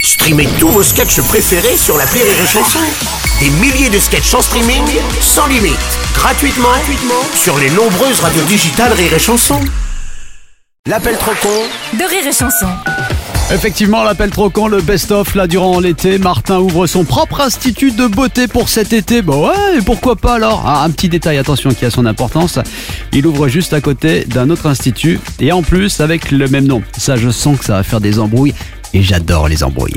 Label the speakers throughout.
Speaker 1: Streamez tous vos sketchs préférés sur la Rire et Chanson. Des milliers de sketchs en streaming, sans limite, gratuitement, gratuitement sur les nombreuses radios digitales Rire et Chanson. L'appel trop con
Speaker 2: de rire et chanson.
Speaker 3: Effectivement, l'appel trop con, le best-of, là, durant l'été, Martin ouvre son propre institut de beauté pour cet été. Bah ouais, et pourquoi pas alors Ah, Un petit détail, attention, qui a son importance. Il ouvre juste à côté d'un autre institut, et en plus, avec le même nom. Ça, je sens que ça va faire des embrouilles, et j'adore les embrouilles.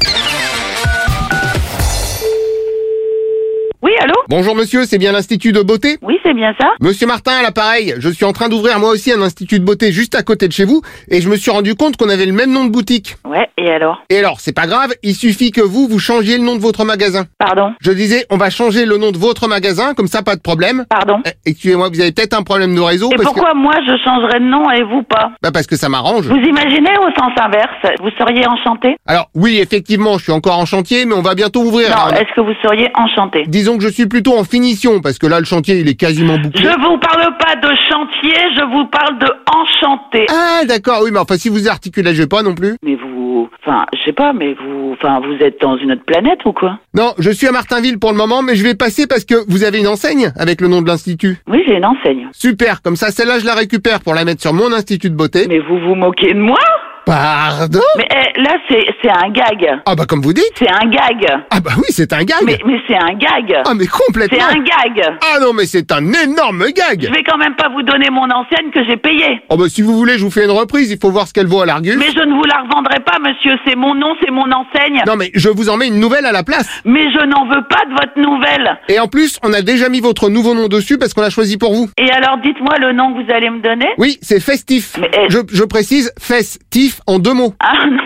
Speaker 4: Oui, allô
Speaker 5: Bonjour monsieur, c'est bien l'Institut de beauté
Speaker 4: Oui, c'est bien ça
Speaker 5: Monsieur Martin à l'appareil, je suis en train d'ouvrir moi aussi un institut de beauté juste à côté de chez vous et je me suis rendu compte qu'on avait le même nom de boutique.
Speaker 4: Ouais, et alors
Speaker 5: Et alors, c'est pas grave, il suffit que vous, vous changiez le nom de votre magasin.
Speaker 4: Pardon
Speaker 5: Je disais, on va changer le nom de votre magasin, comme ça pas de problème.
Speaker 4: Pardon
Speaker 5: Eh, Excusez-moi, vous avez peut-être un problème de réseau
Speaker 4: Et
Speaker 5: parce que...
Speaker 4: pourquoi moi je changerais de nom et vous pas
Speaker 5: Bah parce que ça m'arrange.
Speaker 4: Vous imaginez au sens inverse Vous seriez enchanté
Speaker 5: Alors oui, effectivement, je suis encore en chantier, mais on va bientôt ouvrir.
Speaker 4: Non,
Speaker 5: Alors,
Speaker 4: est-ce que vous seriez enchanté
Speaker 5: Disons que je suis plutôt en finition, parce que là le chantier il est quasiment bouclé.
Speaker 4: Je vous parle pas de chantier, je vous parle de enchanté.
Speaker 5: Ah d'accord, oui, mais enfin si vous articulez, je vais pas non plus.
Speaker 4: Mais vous... Enfin, je sais pas, mais vous... Enfin, vous êtes dans une autre planète ou quoi
Speaker 5: Non, je suis à Martinville pour le moment, mais je vais passer parce que vous avez une enseigne avec le nom de l'institut.
Speaker 4: Oui, j'ai une enseigne.
Speaker 5: Super, comme ça celle-là je la récupère pour la mettre sur mon institut de beauté.
Speaker 4: Mais vous vous moquez de moi
Speaker 5: Pardon
Speaker 4: Mais eh, là, c'est c'est un gag.
Speaker 5: Ah bah comme vous dites
Speaker 4: C'est un gag.
Speaker 5: Ah bah oui, c'est un gag
Speaker 4: Mais, mais c'est un gag.
Speaker 5: Ah mais
Speaker 4: C'est
Speaker 5: complètement
Speaker 4: un gag.
Speaker 5: Ah non, mais c'est un énorme
Speaker 4: Je
Speaker 5: gag
Speaker 4: vais quand même pas vous donner mon enseigne que j'ai payée.
Speaker 5: Oh bah si vous voulez, je vous fais une reprise, il faut voir ce qu'elle vaut à l'argus.
Speaker 4: Mais je ne vous la revendrai pas, monsieur. C'est mon nom, c'est mon enseigne.
Speaker 5: Non mais je vous en mets une nouvelle à la place.
Speaker 4: Mais je n'en veux pas de votre nouvelle.
Speaker 5: Et en plus, on a déjà mis votre nouveau nom dessus parce qu'on l'a choisi pour vous.
Speaker 4: Et alors, dites-moi le nom que vous allez me donner.
Speaker 5: Oui, c'est festif.
Speaker 4: Mais, eh.
Speaker 5: Je, je précise, festif en deux mots.
Speaker 4: Ah non.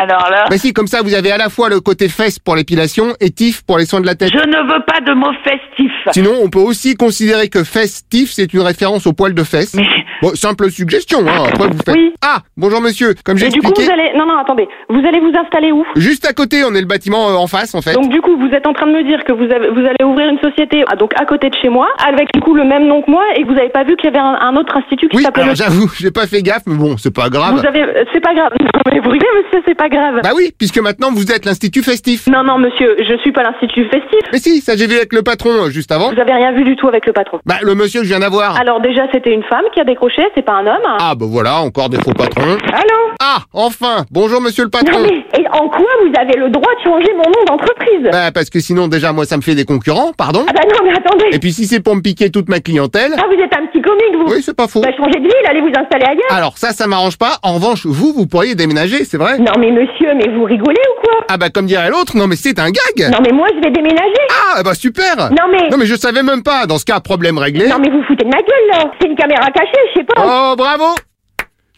Speaker 4: Alors là,
Speaker 5: Bah si, comme ça, vous avez à la fois le côté fesse pour l'épilation et tif pour les soins de la tête.
Speaker 4: je ne veux pas de mots festifs.
Speaker 5: Sinon, on peut aussi considérer que festif, c'est une référence au poil de fesse.
Speaker 4: Mais
Speaker 5: Bon, simple suggestion, hein, après vous faites...
Speaker 6: Oui.
Speaker 5: Ah, bonjour monsieur, comme j'ai
Speaker 6: Et du coup,
Speaker 5: expliqué,
Speaker 6: vous allez. Non, non, attendez. Vous allez vous installer où
Speaker 5: juste à côté, on est le bâtiment euh, en face, en fait.
Speaker 6: Donc, du coup, vous êtes en train de me dire que vous, avez, vous allez ouvrir une société ah, donc à côté de chez moi, avec du coup le même nom que moi, et que vous n'avez pas vu qu'il y avait un, un autre institut qui
Speaker 5: oui,
Speaker 6: s'appelait.
Speaker 5: alors
Speaker 6: le-
Speaker 5: j'avoue, j'ai pas fait gaffe, mais bon, c'est pas grave.
Speaker 6: Vous avez. euh, C'est pas grave. Non, mais vous rigolez, monsieur, c'est pas grave.
Speaker 5: Bah oui, puisque maintenant, vous êtes l'Institut Festif.
Speaker 6: Non, non, monsieur, je suis pas l'institut festif.
Speaker 5: Mais si, ça j'ai vu avec le patron, euh, juste avant.
Speaker 6: Vous avez rien vu du tout avec le patron.
Speaker 5: Bah, le monsieur que je viens d'avoir.
Speaker 6: Alors, déjà, c'était une femme qui a décroché, c'est pas un homme.
Speaker 5: Ah, bah voilà, encore des faux patrons.
Speaker 6: Allô
Speaker 5: Ah, enfin, bonjour monsieur le
Speaker 7: Non
Speaker 5: patron.
Speaker 7: mais et en quoi vous avez le droit de changer mon nom d'entreprise
Speaker 5: Bah, parce que sinon, déjà, moi, ça me fait des concurrents, pardon.
Speaker 7: Ah bah non mais attendez
Speaker 5: Et puis si c'est pour me piquer toute ma clientèle,
Speaker 7: Ah vous êtes un petit comique vous
Speaker 5: oui, Ah, c'est pas faux.
Speaker 7: Bah changez de ville, allez vous installer ailleurs
Speaker 5: Alors ça, ça m'arrange pas. En revanche, vous, vous pourriez déménager, c'est vrai
Speaker 7: Non mais monsieur, mais vous rigolez ou quoi
Speaker 5: Ah bah comme dirait l'autre, non mais c'est un gag
Speaker 7: Non mais moi je vais déménager
Speaker 5: Ah bah super
Speaker 7: Non mais
Speaker 5: Non mais je savais même pas, dans ce cas, problème réglé.
Speaker 7: Non mais vous foutez de ma gueule là C'est une caméra cachée, je sais pas
Speaker 5: Oh bravo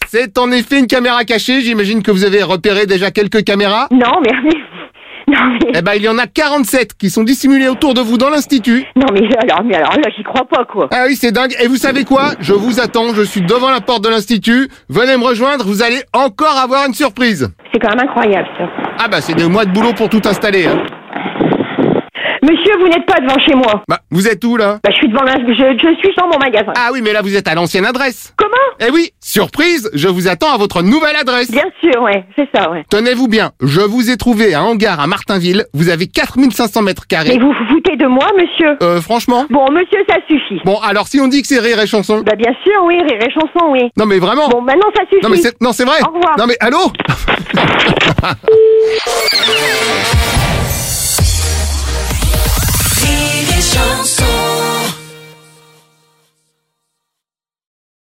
Speaker 5: C'est en effet une caméra cachée, j'imagine que vous avez repéré déjà quelques caméras.
Speaker 7: Non mais Non mais
Speaker 5: Eh bah il y en a 47 qui sont dissimulées autour de vous dans l'institut.
Speaker 7: Non mais alors mais alors là j'y crois pas quoi
Speaker 5: Ah oui, c'est dingue. Et vous savez quoi Je vous attends, je suis devant la porte de l'institut. Venez me rejoindre, vous allez encore avoir une surprise.
Speaker 7: C'est quand même incroyable ça
Speaker 5: Ah bah c'est des mois de boulot pour tout installer. hein.
Speaker 7: Monsieur vous n'êtes pas devant chez moi
Speaker 5: Bah vous êtes où là
Speaker 7: Bah je suis devant ma... je, je suis dans mon magasin
Speaker 5: Ah oui, mais là vous êtes à l'ancienne adresse.
Speaker 7: Comment
Speaker 5: Eh oui, surprise, je vous attends à votre nouvelle adresse.
Speaker 7: Bien sûr ouais, c'est ça ouais
Speaker 5: Tenez-vous bien, je vous ai trouvé un hangar à Martinville, vous avez 4500 mètres
Speaker 7: Mais
Speaker 5: carrés.
Speaker 7: vous vous foutez de moi monsieur
Speaker 5: Euh, franchement
Speaker 7: Bon monsieur ça suffit
Speaker 5: Bon, alors si on dit que c'est rire et chanson.
Speaker 7: Bah bien sûr, oui, rire et chanson, oui.
Speaker 5: Oh. Non mais vraiment
Speaker 7: Bon, maintenant ça suffit.
Speaker 5: Non mais c'est non, c'est vrai
Speaker 7: Au revoir.
Speaker 5: Non mais allô